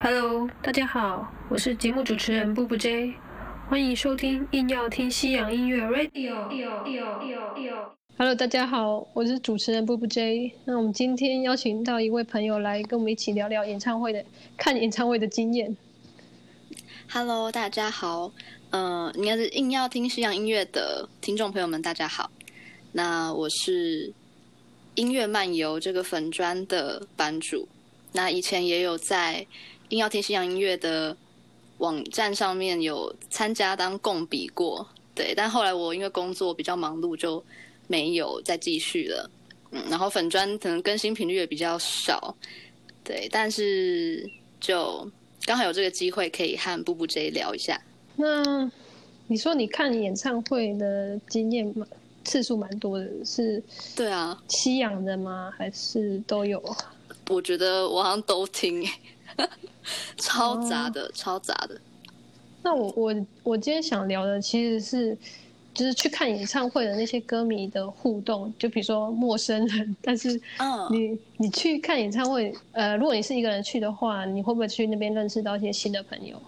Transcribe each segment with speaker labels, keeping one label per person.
Speaker 1: 大家好，我是节目主持人布布 J，欢迎收听硬要听西洋音乐 Radio。Hello，大家好，我是主持人布布 J。那我们今天邀请到一位朋友来跟我们一起聊聊演唱会的看演唱会的经验。
Speaker 2: Hello，大家好，呃，应该是硬要听西洋音乐的听众朋友们，大家好。那我是音乐漫游这个粉砖的版主，那以前也有在硬要听西洋音乐的网站上面有参加当共笔过，对，但后来我因为工作比较忙碌，就没有再继续了。嗯，然后粉砖可能更新频率也比较少，对，但是就刚好有这个机会可以和布布 J 聊一下。
Speaker 1: 那你说你看演唱会的经验蛮次数蛮多的，是
Speaker 2: 对啊，
Speaker 1: 西洋的吗？还是都有？
Speaker 2: 我觉得我好像都 听，超杂的，超杂的。
Speaker 1: 那我我我今天想聊的其实是，就是去看演唱会的那些歌迷的互动，就比如说陌生人，但是
Speaker 2: 嗯，
Speaker 1: 你你去看演唱会，呃，如果你是一个人去的话，你会不会去那边认识到一些新的朋友？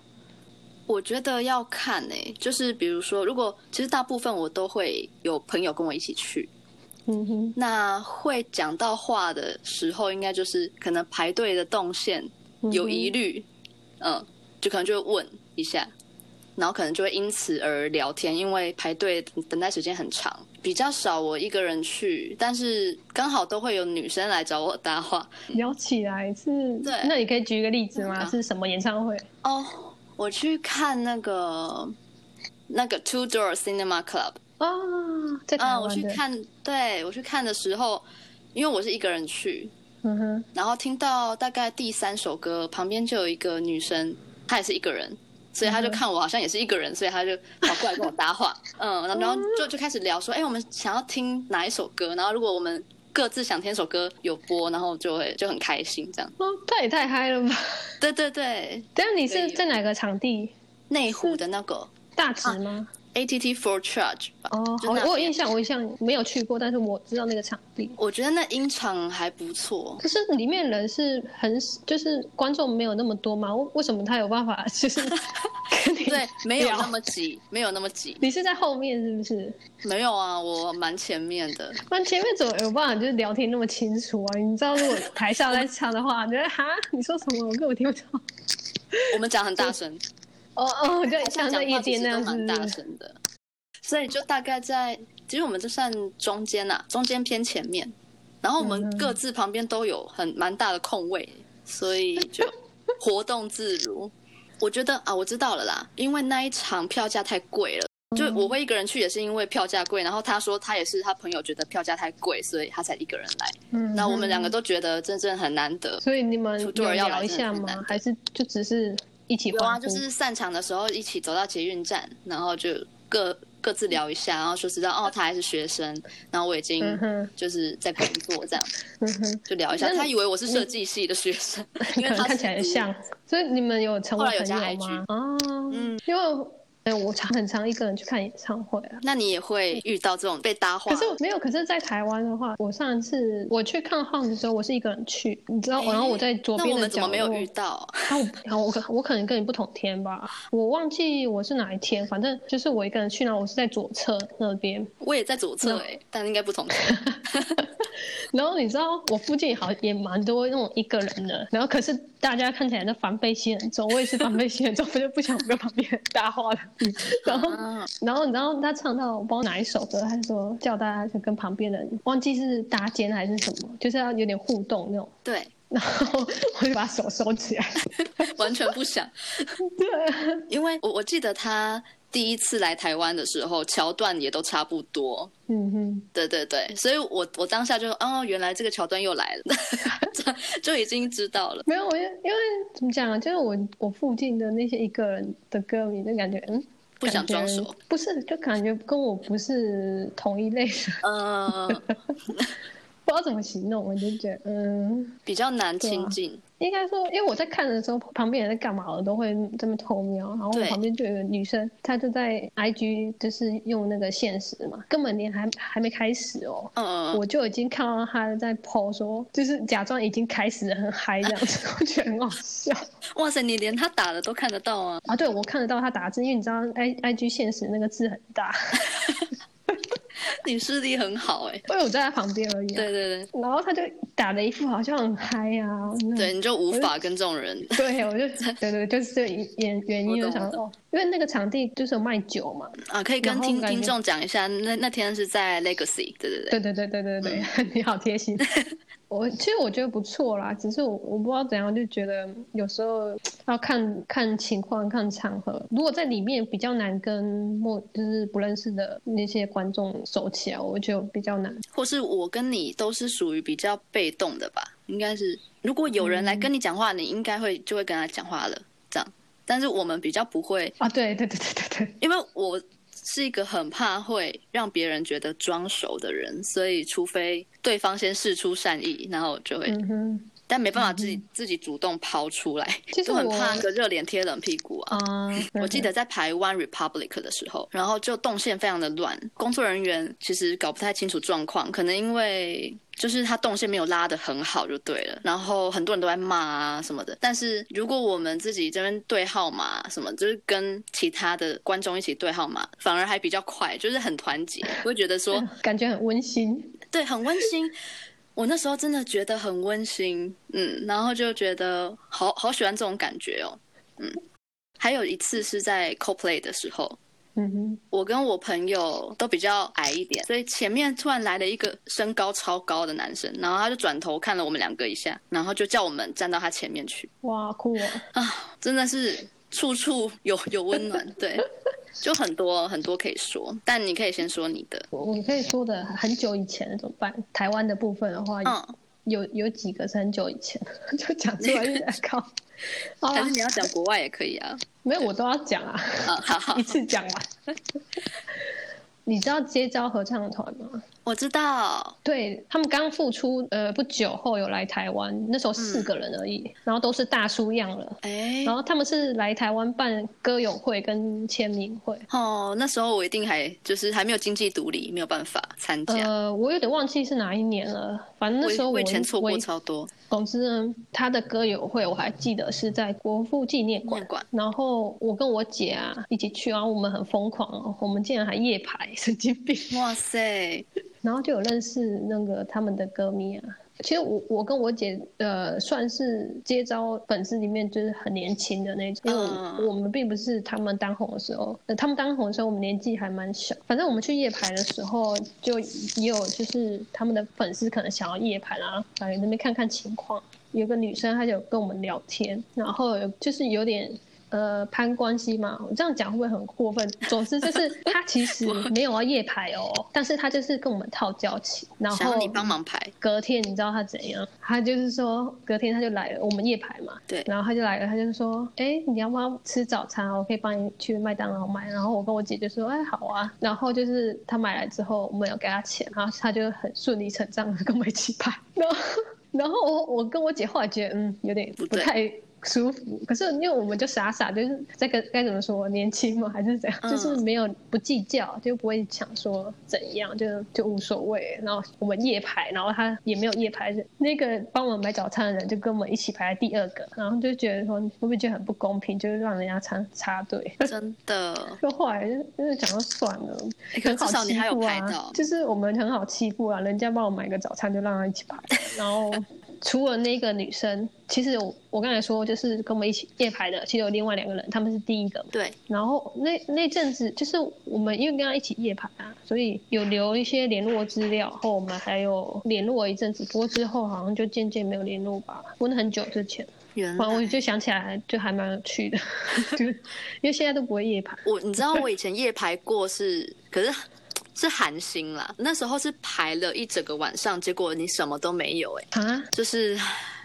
Speaker 2: 我觉得要看诶、就是比如说，如果其实大部分我都会有朋友跟我一起去，
Speaker 1: 嗯哼，
Speaker 2: 那会讲到话的时候，应该就是可能排队的动线
Speaker 1: 嗯哼
Speaker 2: 有疑虑，嗯，就可能就会问一下，然后可能就会因此而聊天，因为排队等待时间很长，比较少我一个人去，但是刚好都会有女生来找我搭话，
Speaker 1: 聊起来是，
Speaker 2: 对
Speaker 1: 那你可以举一个例子吗？
Speaker 2: 嗯
Speaker 1: 是什么演唱会？
Speaker 2: 哦，我去看那个那个 Two Door Cinema Club，
Speaker 1: 啊，在台
Speaker 2: 嗯，我
Speaker 1: 湾
Speaker 2: 去
Speaker 1: 的，
Speaker 2: 看，对我去看的时候，因为我是一个人去，
Speaker 1: 嗯哼，
Speaker 2: 然后听到大概第三首歌，旁边就有一个女生，她也是一个人，所以她就
Speaker 1: 嗯哼
Speaker 2: 看我好像也是一个人，所以她就跑过来跟我搭 话，嗯，然后然后就就开始聊说，哎、我们想要听哪一首歌，然后如果我们各自想听一首歌有播，然后就会就很开心这样，
Speaker 1: 哦，这也太嗨了 吧！
Speaker 2: 对对对，
Speaker 1: 等一下你
Speaker 2: 对
Speaker 1: 是在哪个场地？
Speaker 2: 内湖的那个
Speaker 1: 大直吗？
Speaker 2: ATT for Charge 吧。
Speaker 1: 哦，好，
Speaker 2: 啊就那边
Speaker 1: 我有印象，我有印象没有去过，但是我知道那个场地。
Speaker 2: 我觉得那音场还不错，
Speaker 1: 可是里面人是很，就是观众没有那么多嘛？为为什么他有办法 就是跟你
Speaker 2: 对，没有
Speaker 1: 聊
Speaker 2: 那么挤，没有那么挤，
Speaker 1: 你是在后面是不是？
Speaker 2: 没有啊，我蛮前面的。
Speaker 1: 那前面怎么有办法就是聊天那么清楚啊？你知道如果台上在唱的话，你觉得哈你说什么我根本听不到。
Speaker 2: 我们讲很大声，
Speaker 1: 哦哦，就像
Speaker 2: 像
Speaker 1: 在
Speaker 2: 讲
Speaker 1: 夜
Speaker 2: 话其
Speaker 1: 店
Speaker 2: 实
Speaker 1: 那样
Speaker 2: 都蛮大
Speaker 1: 子。
Speaker 2: 声的，所以就大概在，其实我们就算中间呐、中间偏前面，然后我
Speaker 1: 嗯
Speaker 2: 们各自旁边都有很蛮大的空位，所以 就活动自如。我觉得啊，我知道了啦，因为那一场票价太贵了。就
Speaker 1: 嗯
Speaker 2: 我会一个人去，也是因为票价贵。然后他说他也是他朋友觉得票价太贵，所以他才一个人来。
Speaker 1: 嗯
Speaker 2: 那我们两个都觉觉得真正很难得。
Speaker 1: 所以你们
Speaker 2: 出
Speaker 1: 有
Speaker 2: 队要来
Speaker 1: 聊一下
Speaker 2: 真的很
Speaker 1: 吗
Speaker 2: 难？
Speaker 1: 还是就只是一起
Speaker 2: 有
Speaker 1: 欢
Speaker 2: 啊，
Speaker 1: 呼？
Speaker 2: 就是散场的时候一起走到捷运站，然后就各各自聊一下，然后就知道哦，他还是学生，然后我已经
Speaker 1: 嗯哼
Speaker 2: 就是在工作，这样
Speaker 1: 嗯哼，
Speaker 2: 就聊一下
Speaker 1: 那。你
Speaker 2: 他以为我是设计系的学 生，
Speaker 1: 可
Speaker 2: 因为
Speaker 1: 能
Speaker 2: 他
Speaker 1: 看起来很像。所以你们有成为
Speaker 2: 后来有
Speaker 1: 朋
Speaker 2: 加
Speaker 1: 友吗？哦，
Speaker 2: 嗯，
Speaker 1: 因为哎，我常很常一个人去看演唱会啊。
Speaker 2: 那你也会遇到这种被搭话
Speaker 1: 可。是没有，可是，在台湾的话，我上一次我去看 h o n 的时候，我是一个人去，你知道，
Speaker 2: 哎
Speaker 1: 然后我在左
Speaker 2: 那
Speaker 1: 边
Speaker 2: 我
Speaker 1: 的
Speaker 2: 们怎
Speaker 1: 角
Speaker 2: 么
Speaker 1: 落。
Speaker 2: 没有遇到？
Speaker 1: 啊，我然后我可我可能跟你不同天吧，我忘记我是哪一天，反正就是我一个人去，然后我是在左侧那边。
Speaker 2: 我也在左
Speaker 1: 嗯
Speaker 2: 侧哎，但应该 不同侧。
Speaker 1: 然后你知道我附近好像也蛮多那种一个人的，然后可是大家看起来都防备心很重，我也是防备心很重，我就不想跟旁边人搭话 了。然后
Speaker 2: 啊
Speaker 1: 然后你知道他唱到我不知道哪一首歌，他说叫大家就跟旁边人忘记是搭肩还是什么，就是要有点互动那种。
Speaker 2: 对，
Speaker 1: 然后我就把手收起 来。
Speaker 2: 完全不想。
Speaker 1: 对，
Speaker 2: 因为我我记得他第一次来台湾的时候，桥段也都差不多。
Speaker 1: 嗯哼，
Speaker 2: 对对对，所以我我当下就说哦，原来这个桥段又来了， 就就已经知道了。
Speaker 1: 没有，我就因为怎么讲啊，就是我我附近的那些一个人的歌迷，就感觉嗯。
Speaker 2: 不想装熟
Speaker 1: 感觉，不是，就感觉跟我不是同一类人，
Speaker 2: 嗯、
Speaker 1: 不知道怎么形容，我就觉得，嗯，
Speaker 2: 比较难亲近。
Speaker 1: 应该说，因为我在看的时候，旁边人在干嘛，我都会这么偷瞄。然后我
Speaker 2: 对
Speaker 1: 旁边就有一个女生，她就在 IG 就是用那个现实嘛，根本连还还没开始哦，
Speaker 2: 嗯，
Speaker 1: 我就已经看到她在 PO 说，就是假装已经开始了很嗨这样子，我觉得很好 笑。
Speaker 2: 哇塞，你连他打的都看得到啊！
Speaker 1: 啊，对，我看得到她打字，因为你知道 I I G 现实那个字很大，
Speaker 2: 你视力很好哎、
Speaker 1: 因为我在她旁边而已、啊。
Speaker 2: 对对
Speaker 1: 然后她就打的一副好像很嗨呀、啊，
Speaker 2: 对
Speaker 1: 对
Speaker 2: 对，你就无法跟这种人。
Speaker 1: 对，我就对对，就是这原原因，
Speaker 2: 我
Speaker 1: 我
Speaker 2: 懂
Speaker 1: 想
Speaker 2: 我
Speaker 1: 说哦，因为那个场地就是有卖酒嘛，
Speaker 2: 啊，可以
Speaker 1: 然
Speaker 2: 跟
Speaker 1: 后
Speaker 2: 听
Speaker 1: 感觉
Speaker 2: 听众讲一下，那那天是在 Legacy，对对对，嗯
Speaker 1: 对对对对对对， 你好贴 心。我其实我觉得不错啦，只是我我不知道怎样，就觉得有时候要看看情况、看场合。如果在里面比较难跟陌就是不认识的那些观众熟起来，我就比较难。
Speaker 2: 或是我跟你都是属于比较被动的吧，应该是如果有
Speaker 1: 嗯
Speaker 2: 人来跟你讲话，你应该会就会跟他讲话了，这样。但是我们比较不会，
Speaker 1: 啊，对对对对对对，
Speaker 2: 因为我是一个很怕会让别人觉得装熟的人，所以除非对方先试出善意，然后我就会，
Speaker 1: 嗯哼，
Speaker 2: 但没办法自己、自己主动抛出来，
Speaker 1: 其实
Speaker 2: 就很
Speaker 1: 我
Speaker 2: 怕那个热脸贴冷屁股啊。
Speaker 1: 啊，
Speaker 2: 我记得在台湾 Republic 的时候，然后就动线非常的乱，工作人员其实搞不太清楚状况，可能因为就是他动线没有拉得很好就对了，然后很多人都在骂啊什么的。但是如果我们自己这边对号码什么，就是跟其他的观众一起对号码，反而还比较快，就是很团结，我会觉得说
Speaker 1: 嗯感觉很温馨。
Speaker 2: 对，很温馨。我那时候真的觉得很温馨，嗯，然后就觉得好好喜欢这种感觉哦，嗯。还有一次是在 CoPlay 的时候，
Speaker 1: 嗯哼，
Speaker 2: 我跟我朋友都比较矮一点，所以前面突然来了一个身高超高的男生，然后他就转头看了我们两个一下，然后就叫我们站到他前面去
Speaker 1: 哇，酷哦！
Speaker 2: 啊，真的是处处有有温暖，对，就很多很多可以说，但你可以先说你的，
Speaker 1: 我我可以说的很久以前怎么办？台湾的部分的话，
Speaker 2: 嗯，
Speaker 1: 有有几个是很久以前， 就讲出来就觉得 靠。好
Speaker 2: 还
Speaker 1: 啦
Speaker 2: 是，你要讲国外也可以啊，
Speaker 1: 没有我都要讲 啊，
Speaker 2: 啊，好好
Speaker 1: 一，次讲完。你知道街招合唱团吗？
Speaker 2: 我知道，
Speaker 1: 对他们刚复出，呃，不久后有来台湾，那时候
Speaker 2: 嗯
Speaker 1: 四个人而已，然后都是大叔样了。
Speaker 2: 哎、
Speaker 1: 然后他们是来台湾办歌友会跟签名会，
Speaker 2: 哦，那时候我一定还就是还没有经济独立，没有办法参加，
Speaker 1: 呃，我有点忘记是哪一年了，反正那
Speaker 2: 我
Speaker 1: 时候
Speaker 2: 我
Speaker 1: 我
Speaker 2: 以前错过
Speaker 1: 我
Speaker 2: 超多，
Speaker 1: 总之呢，他的歌友会我还记得是在国父纪念馆
Speaker 2: 面，馆
Speaker 1: 然后我跟我姐啊一起去，然后我们很疯狂哦，我们竟然还夜排，神经病。
Speaker 2: 哇塞，
Speaker 1: 然后就有认识那个他们的歌迷啊。其实我我跟我姐呃算是接招粉丝里面就是很年轻的那种，因为我们、
Speaker 2: 嗯
Speaker 1: 我们并不是他们当红的时候，呃他们当红的时候我们年纪还蛮小。反正我们去夜排的时候，就也有就是他们的粉丝可能想要夜排啦，来那边看看情况。有个女生她就有跟我们聊天，然后有就是有点呃攀关系嘛，我这样讲会不会很过分？总之就是她其实没有要夜排哦，但是她就是跟我们套交情，然
Speaker 2: 想
Speaker 1: 后
Speaker 2: 要你帮忙排。
Speaker 1: 隔天你知道他怎样？他就是说隔天他就来了，我们夜排嘛，
Speaker 2: 对
Speaker 1: 然后他就来了，他就说，哎，你要不要吃早餐啊？我可以帮你去麦当劳买。然后我跟我姐就说，哎，好啊。然后就是他买来之后，我们有给他钱，然后他就很顺理成章的跟我们一起拍。然后，然后我我跟我姐后来觉得，嗯，有点
Speaker 2: 不
Speaker 1: 不
Speaker 2: 对
Speaker 1: 太。 舒服，可是因为我们就傻傻，就是在跟该怎么说，年轻嘛还是怎样，
Speaker 2: 嗯
Speaker 1: 就是没有不计较，就不会想说怎样，就就无所谓。然后我们夜排，然后他也没有夜排，那个帮我们买早餐的人就跟我们一起排在第二个，然后就觉得说会不会觉得很不公平，就是让人家插插队。
Speaker 2: 真的，
Speaker 1: 就后来就就是想说算了，
Speaker 2: 欸可
Speaker 1: 很
Speaker 2: 是
Speaker 1: 好
Speaker 2: 至少你
Speaker 1: 欺
Speaker 2: 还有
Speaker 1: 负
Speaker 2: 拍
Speaker 1: 啊
Speaker 2: 到，，
Speaker 1: 就是我们很好欺负啊，人家帮我买个早餐就让他一起排， 然后除了那个女生，其实我我刚才说就是跟我们一起夜排的，其实有另外两个人，他们是第一个嘛，
Speaker 2: 对，
Speaker 1: 然后那那阵子就是我们因为跟他一起夜排啊，所以有留一些联络资料，然后我们还有联络一阵子，不过之后好像就渐渐没有联络吧，不过那很久之前，
Speaker 2: 原来
Speaker 1: 反正我就想起来就还蛮有趣的， 就是因为现在都不会夜排。
Speaker 2: 我你知道我以前夜排过是， 可是是韩星啦，那时候是排了一整个晚上，结果你什么都没有哎、
Speaker 1: 啊，
Speaker 2: 就是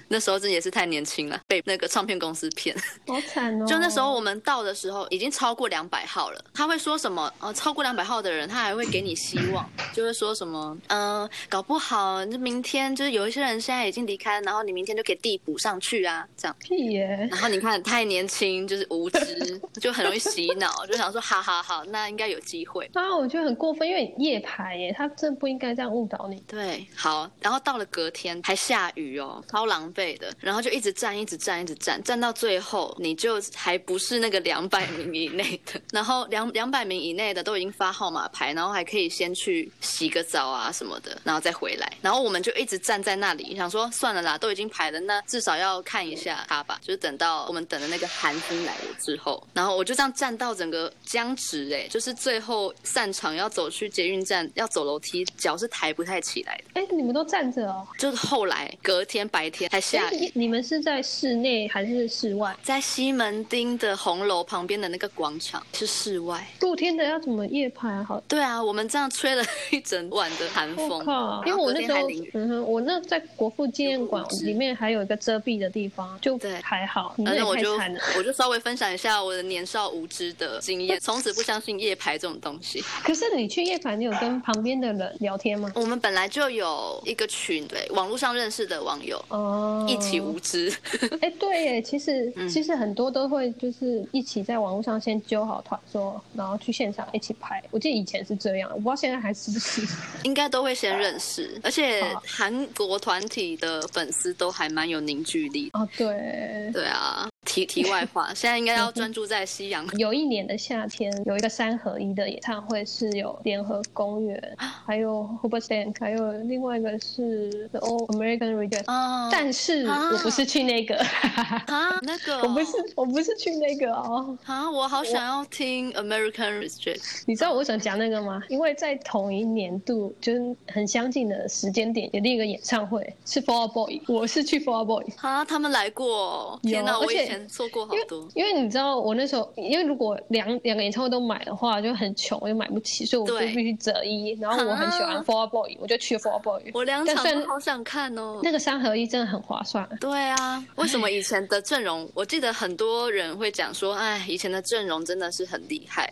Speaker 2: 那时候真的也是太年轻了，被那个唱片公司骗。
Speaker 1: 好惨哦！
Speaker 2: 就那时候我们到的时候，已经超过两百号了。他会说什么？呃，超过两百号的人，他还会给你希 望，就会说什么，呃，搞不好就明天就是有一些人现在已经离开了，然后你明天就可以递补上去啊，这样。
Speaker 1: 屁耶，
Speaker 2: 然后你看太年轻，就是无 知，就很容易洗脑，就想说，好好好，那应该有机会。
Speaker 1: 啊，我觉得很过分，因为你夜排耶，他真的不应该这样误导你。
Speaker 2: 对，好，然后到了隔天还下雨哦，超狼狈的，然后就一直站，一直站，一直站，站到最后你就还不是那个两百名以内的，然后两两百名以内的都已经发号码牌，然后还可以先去洗个澡啊什么的，然后再回来，然后我们就一直站在那里，想说算了啦，都已经排了，那至少要看一下他吧，就是等到我们等的那个韩星来了之后，然后我就这样站到整个僵直、欸，哎，就是最后散场要走去捷运站，要走楼梯，脚是抬不太起来的。
Speaker 1: 哎，你们都站着哦。
Speaker 2: 就是后来隔天白天还下
Speaker 1: 哎
Speaker 2: 雨，
Speaker 1: 你你们是在室内还是室外？
Speaker 2: 在西门町的红楼旁边的那个广场是室外。
Speaker 1: 露天的要怎么夜排啊好？
Speaker 2: 对啊，我们这样吹了一整晚的寒
Speaker 1: 我
Speaker 2: 风，
Speaker 1: 靠！因为
Speaker 2: 然后
Speaker 1: 我
Speaker 2: 隔
Speaker 1: 那
Speaker 2: 天
Speaker 1: 时
Speaker 2: 还
Speaker 1: 候
Speaker 2: 淋雨，。
Speaker 1: 嗯哼，我那在国父纪念馆里面还有一个遮蔽的地方，就
Speaker 2: 对
Speaker 1: 还好。你
Speaker 2: 反
Speaker 1: 那
Speaker 2: 正我
Speaker 1: 也
Speaker 2: 就
Speaker 1: 太惨了。
Speaker 2: 我就稍微分享一下我的年少无知的经验，从此不相信夜排这种东西。
Speaker 1: 可是你去夜排，你有跟旁边的人聊天吗？
Speaker 2: 我们本来就有一个群，对，网络上认识的网友。
Speaker 1: 哦，
Speaker 2: 一起无知，
Speaker 1: 哎，对耶，其实、
Speaker 2: 嗯
Speaker 1: 其实很多都会就是一起在网络上先揪好团说，然后去现场一起拍。我记得以前是这样，我不知道现在还是不是。
Speaker 2: 应该都会先认识，而且
Speaker 1: 好
Speaker 2: 韩国团体的粉丝都还蛮有凝聚力的
Speaker 1: 哦，对。
Speaker 2: 对啊，题题外话，现在应该要专注在 西洋。
Speaker 1: 有一年的夏天，有一个三合一的演唱会是有联合公园，
Speaker 2: 啊
Speaker 1: 还有 Hooper Stand，还有另外一个是 The All American Reject，、
Speaker 2: 哦，
Speaker 1: 但是
Speaker 2: 啊
Speaker 1: 我不是去那个，
Speaker 2: 啊，那个哦
Speaker 1: 我不是我不是去那个哦。
Speaker 2: 啊，我好想要听 American Reject
Speaker 1: 你知道我为什么讲那个吗？因为在同一年度，就是很相近的时间点，有另一个演唱会是 For Out Boy，我是去 For Out Boy。
Speaker 2: 啊，他们来过哦，
Speaker 1: 有
Speaker 2: 天哪，
Speaker 1: 而
Speaker 2: 我以
Speaker 1: 且
Speaker 2: 前做过好
Speaker 1: 因为
Speaker 2: 多。
Speaker 1: 因为你知道，我那时候因为如果两两个演唱会都买的话，就很穷，我就买不起，所以我就
Speaker 2: 对
Speaker 1: 必须择一。然后我很喜
Speaker 2: 啊
Speaker 1: 欢 Four Boy，我就去 Four Boy。
Speaker 2: 我两
Speaker 1: 但
Speaker 2: 场
Speaker 1: 虽然
Speaker 2: 都好想看哦。
Speaker 1: 那个三合一真的很划算，
Speaker 2: 对啊，为什么以前的阵容？我记得很多人会讲说，哎，以前的阵容真的是很厉 害。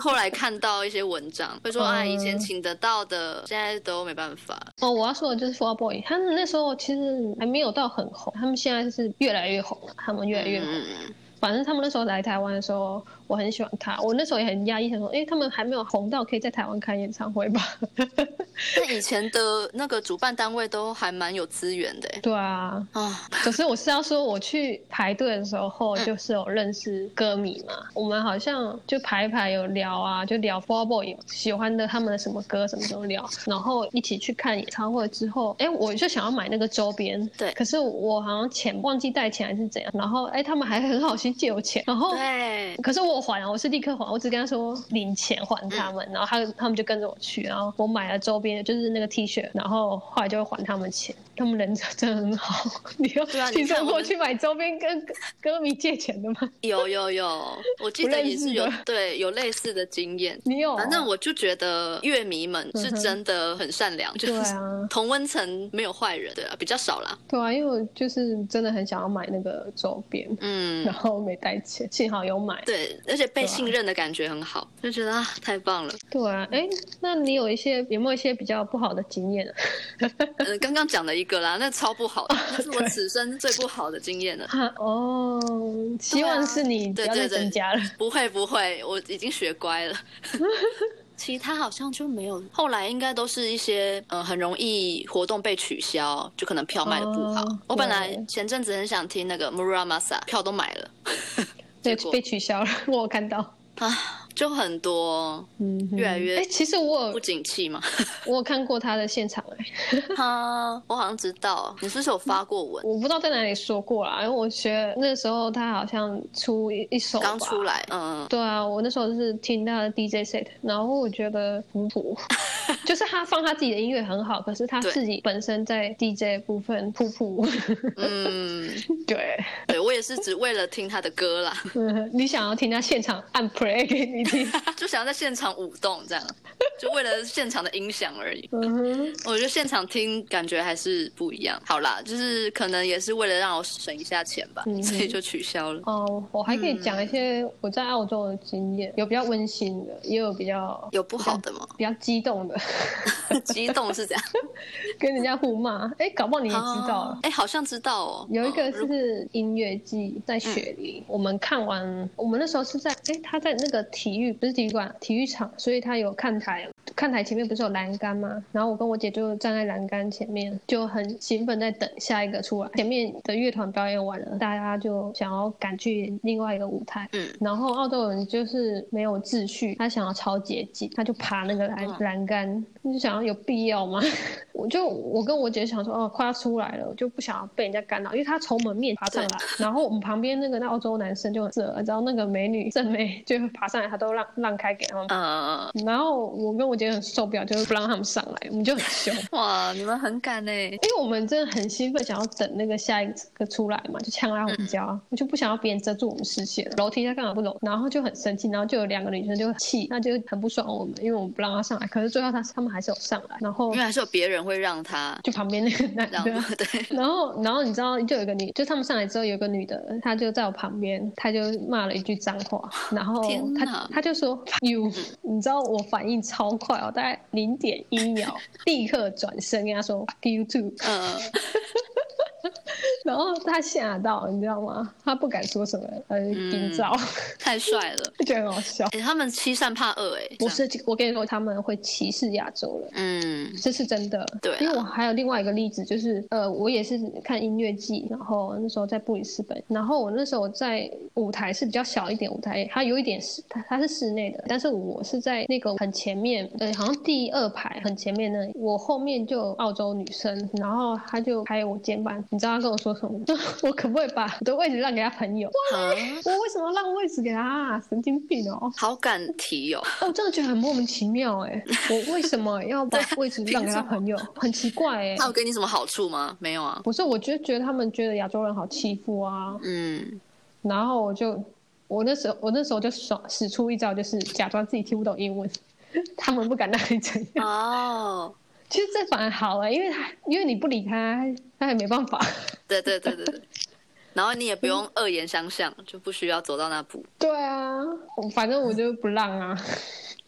Speaker 2: 后来看到一些文章会说，哎，以前
Speaker 1: 嗯
Speaker 2: 请得到的，现在都没办法。
Speaker 1: 哦，我要说的就是 Four Boy，他们那时候其实还没有到很红，他们现在是越来越红了，他们越来越红。
Speaker 2: 嗯，
Speaker 1: 反正他们那时候来台湾的时候，我很喜欢他，我那时候也很压抑，想说，哎、他们还没有红到可以在台湾开演唱会吧？
Speaker 2: 那以前的那个主办单位都还蛮有资源的欸
Speaker 1: 对啊，
Speaker 2: 啊。
Speaker 1: 可是我是要说，我去排队的时候，
Speaker 2: 嗯
Speaker 1: 就是有认识歌迷嘛，我们好像就排一排有聊啊，就聊 f o r Boy 喜欢的他们的什么歌什么都聊，然后一起去看演唱会之后，哎，我就想要买那个周边，
Speaker 2: 对
Speaker 1: 可是我好像钱忘记带钱还是怎样，然后哎，他们还很好心借我钱，然后。
Speaker 2: 对，
Speaker 1: 可是我还啊，我是立刻还，我只跟他说领钱还他
Speaker 2: 嗯
Speaker 1: 们，然后他他们就跟着我去，然后我买了周边，就是那个 T 恤，然后后来就会还他们钱。他们人真的很好， 你要
Speaker 2: 对啊你
Speaker 1: 听
Speaker 2: 看
Speaker 1: 说
Speaker 2: 我
Speaker 1: 过
Speaker 2: 们
Speaker 1: 去买周边跟歌歌迷借钱的吗？
Speaker 2: 有有有，我记得
Speaker 1: 不认
Speaker 2: 也是
Speaker 1: 识
Speaker 2: 有
Speaker 1: 的
Speaker 2: 对有类似的经验。
Speaker 1: 你有？啊
Speaker 2: 反正我就觉得乐迷们是
Speaker 1: 嗯哼
Speaker 2: 真的很善良，就
Speaker 1: 对
Speaker 2: 是
Speaker 1: 啊，
Speaker 2: 同温层没有坏人，对啊，比较少啦。
Speaker 1: 对啊，因为我就是真的很想要买那个周边，
Speaker 2: 嗯
Speaker 1: 然，后没带钱，幸好有买。
Speaker 2: 对，而且
Speaker 1: 对
Speaker 2: 被
Speaker 1: 啊
Speaker 2: 信任的感觉很好，就觉得啊太 棒了。
Speaker 1: 对啊，哎，那你有一些有没有一些比较不好的经验、啊？
Speaker 2: 呃，刚刚讲了一个啦，那超不好的，那是我
Speaker 1: 哦对
Speaker 2: 此生最不好的经验了。
Speaker 1: 哈 哦，希望是你不
Speaker 2: 对啊
Speaker 1: 要
Speaker 2: 对
Speaker 1: 再
Speaker 2: 对对
Speaker 1: 增加了。
Speaker 2: 不会不会，我已经学乖 了。其他好像就没有，后来应该都是一些呃很容易活动被取消，就可能票卖的不好。
Speaker 1: 哦
Speaker 2: 我本来
Speaker 1: 对
Speaker 2: 前阵子很想听那个 Muramasa，票都买了，
Speaker 1: 对
Speaker 2: 结，果
Speaker 1: 被取消了， 我有看到。
Speaker 2: 啊，就很多
Speaker 1: 嗯哼，
Speaker 2: 越来越
Speaker 1: 哎、其实我
Speaker 2: 不
Speaker 1: 有
Speaker 2: 景气嘛。
Speaker 1: 我有看过他的现场、哎，
Speaker 2: 啊，我好像知道，你是不是有发过文？
Speaker 1: 我不知道在哪里说过啦，因为我学那时候他好像出一一首吧
Speaker 2: 刚出。来，嗯，
Speaker 1: 对啊，我那时候是听他的 DJ set，然后我觉得普 普，就是他放他自己的音乐很好，可是他
Speaker 2: 对
Speaker 1: 自己本身在 DJ 部分普普。
Speaker 2: 嗯，
Speaker 1: 对，
Speaker 2: 对我也是只为了听他的歌啦，
Speaker 1: 嗯你想要听他现场按 play 给你听，
Speaker 2: 就想要在现场舞动这样。就为了现场的音响而已。
Speaker 1: 嗯哼，
Speaker 2: 我觉得现场听感觉还是不一样。好啦，就是可能也是为了让我省一下钱吧，
Speaker 1: 嗯
Speaker 2: 所以就取消了。
Speaker 1: 哦，我还可以
Speaker 2: 嗯
Speaker 1: 讲一些我在澳洲的经验，有比较温馨的，也有比较
Speaker 2: 有不好的吗？
Speaker 1: 比较激动的，
Speaker 2: 激动是这样，
Speaker 1: 跟人家互骂。哎，搞不好你也知道了
Speaker 2: 哦。哎、好像知道哦。
Speaker 1: 有一个
Speaker 2: 哦
Speaker 1: 是音乐季在雪梨，我们看完，我们那时候是在哎，他在那个体育不是体育馆，体育场，所以他有看台，看台前面不是有栏杆吗？然后我跟我姐就站在栏杆前面，就很兴奋在等下一个出来。前面的乐团表演完了，大家就想要赶去另外一个舞台，
Speaker 2: 嗯，
Speaker 1: 然后澳洲人就是没有秩序，他想要超捷径，他就爬那个栏
Speaker 2: 嗯
Speaker 1: 栏杆，你就想要有必要吗？ 我就我跟我姐想说，哦，快要出来了，我就不想要被人家干扰，因为他从门面爬上来，然后我们旁边那个那澳洲男生就很色，然后那个美女正妹就爬上来，他都让让开给他们。
Speaker 2: 呃，
Speaker 1: 然后我跟我姐很受不了，就是不让他们上来，我们就很凶。
Speaker 2: 哇，你们很敢呢、欸
Speaker 1: 因为我们真的很兴奋，想要等那个下一个出来嘛，就呛辣红椒
Speaker 2: 嗯
Speaker 1: 啊，我就不想要别人遮住我们视线，楼梯他干嘛不走，然后就很生气，然后就有两个女生就气，那就很不爽我们，因为我们不让她上来，可是最后她他们还是有上来，然后
Speaker 2: 因为还是有别人会让他
Speaker 1: 就旁边那个男
Speaker 2: 让
Speaker 1: 的。
Speaker 2: 路，对，
Speaker 1: 然后，然后你知道，就有一个女，就他们上来之后，有一个女的，她就在我旁边，她就骂了一句脏话，然后
Speaker 2: 天
Speaker 1: 她
Speaker 2: 哪嗯
Speaker 1: 她就说 you，你知道我反应超快哦，大概零点一 秒，立刻转身跟她说 fuck you too，
Speaker 2: 呃，
Speaker 1: 然后他吓到，你知道吗？他不敢说什么，呃，营造，
Speaker 2: 太帅了。
Speaker 1: 就觉得很好笑。
Speaker 2: 哎、他们欺善怕恶哎、欸，
Speaker 1: 不是，我跟你说，他们会歧视亚洲人。
Speaker 2: 这样，嗯，
Speaker 1: 这是真的，
Speaker 2: 对啊
Speaker 1: 因为我还有另外一个例子，就是呃，我也是看音乐季，然后那时候在布里斯本，然后我那时候在舞台是比较小一点舞台，它有一点室，它它是室内的，但是我是在那个很前面，呃，好像第二排很前面那里，我后面就有澳洲女生，然后她就拍我肩膀，你知道她跟我说什么吗？ 我可不可以把我的位置让给她朋友？
Speaker 2: 啊，
Speaker 1: 我为什么让位置给她啊？神经病哦！
Speaker 2: 好敢提哦，
Speaker 1: 哦，我真的觉得很莫名其妙哎，我为什么要把位置让给他朋友？很奇怪哎
Speaker 2: 他。有给你什么好处吗？没有啊，
Speaker 1: 不是，我就觉得他们觉得亚洲人好欺负啊，
Speaker 2: 嗯，
Speaker 1: 然后我就，我那时候我那时候就爽使出一招，就是假装自己听不懂英文， 他们不敢让你怎样。
Speaker 2: 哦，
Speaker 1: 其实这反而好啊了，因为他因为你不理他，他也没办法。
Speaker 2: 对对对对对，然后你也不用恶言相向，就不需要走到那步，
Speaker 1: 对啊，我反正我就不让啊。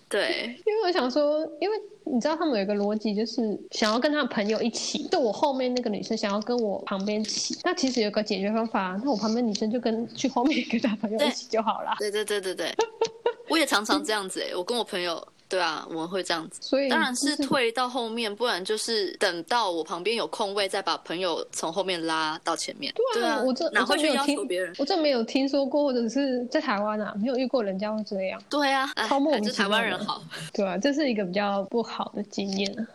Speaker 2: 对，
Speaker 1: 因为我想说，因为你知道他们有一个逻辑，就是想要跟他的朋友一起。就我后面那个女生想要跟我旁边起，那其实有个解决方法，啊那我旁边女生就跟去后面跟她朋友一起就好啦。
Speaker 2: 对对对对对，我也常常这样子哎、我跟我朋友，对啊，我们会这样子。
Speaker 1: 所以
Speaker 2: 当然是
Speaker 1: 就
Speaker 2: 退到后面，不然就是等到我旁边有空位，再把朋友从后面拉到前面。对
Speaker 1: 对啊，我这
Speaker 2: 哪
Speaker 1: 我
Speaker 2: 会
Speaker 1: 这没
Speaker 2: 去
Speaker 1: 有
Speaker 2: 要
Speaker 1: 听
Speaker 2: 求别人？
Speaker 1: 我这没有听说过，或者是在台湾啊，没有遇过人家会这样。
Speaker 2: 对啊，哎
Speaker 1: 超莫
Speaker 2: 还
Speaker 1: 名
Speaker 2: 是
Speaker 1: 其
Speaker 2: 台
Speaker 1: 妙
Speaker 2: 湾
Speaker 1: 的
Speaker 2: 人好。
Speaker 1: 对啊，这是一个比较不好的经验啊。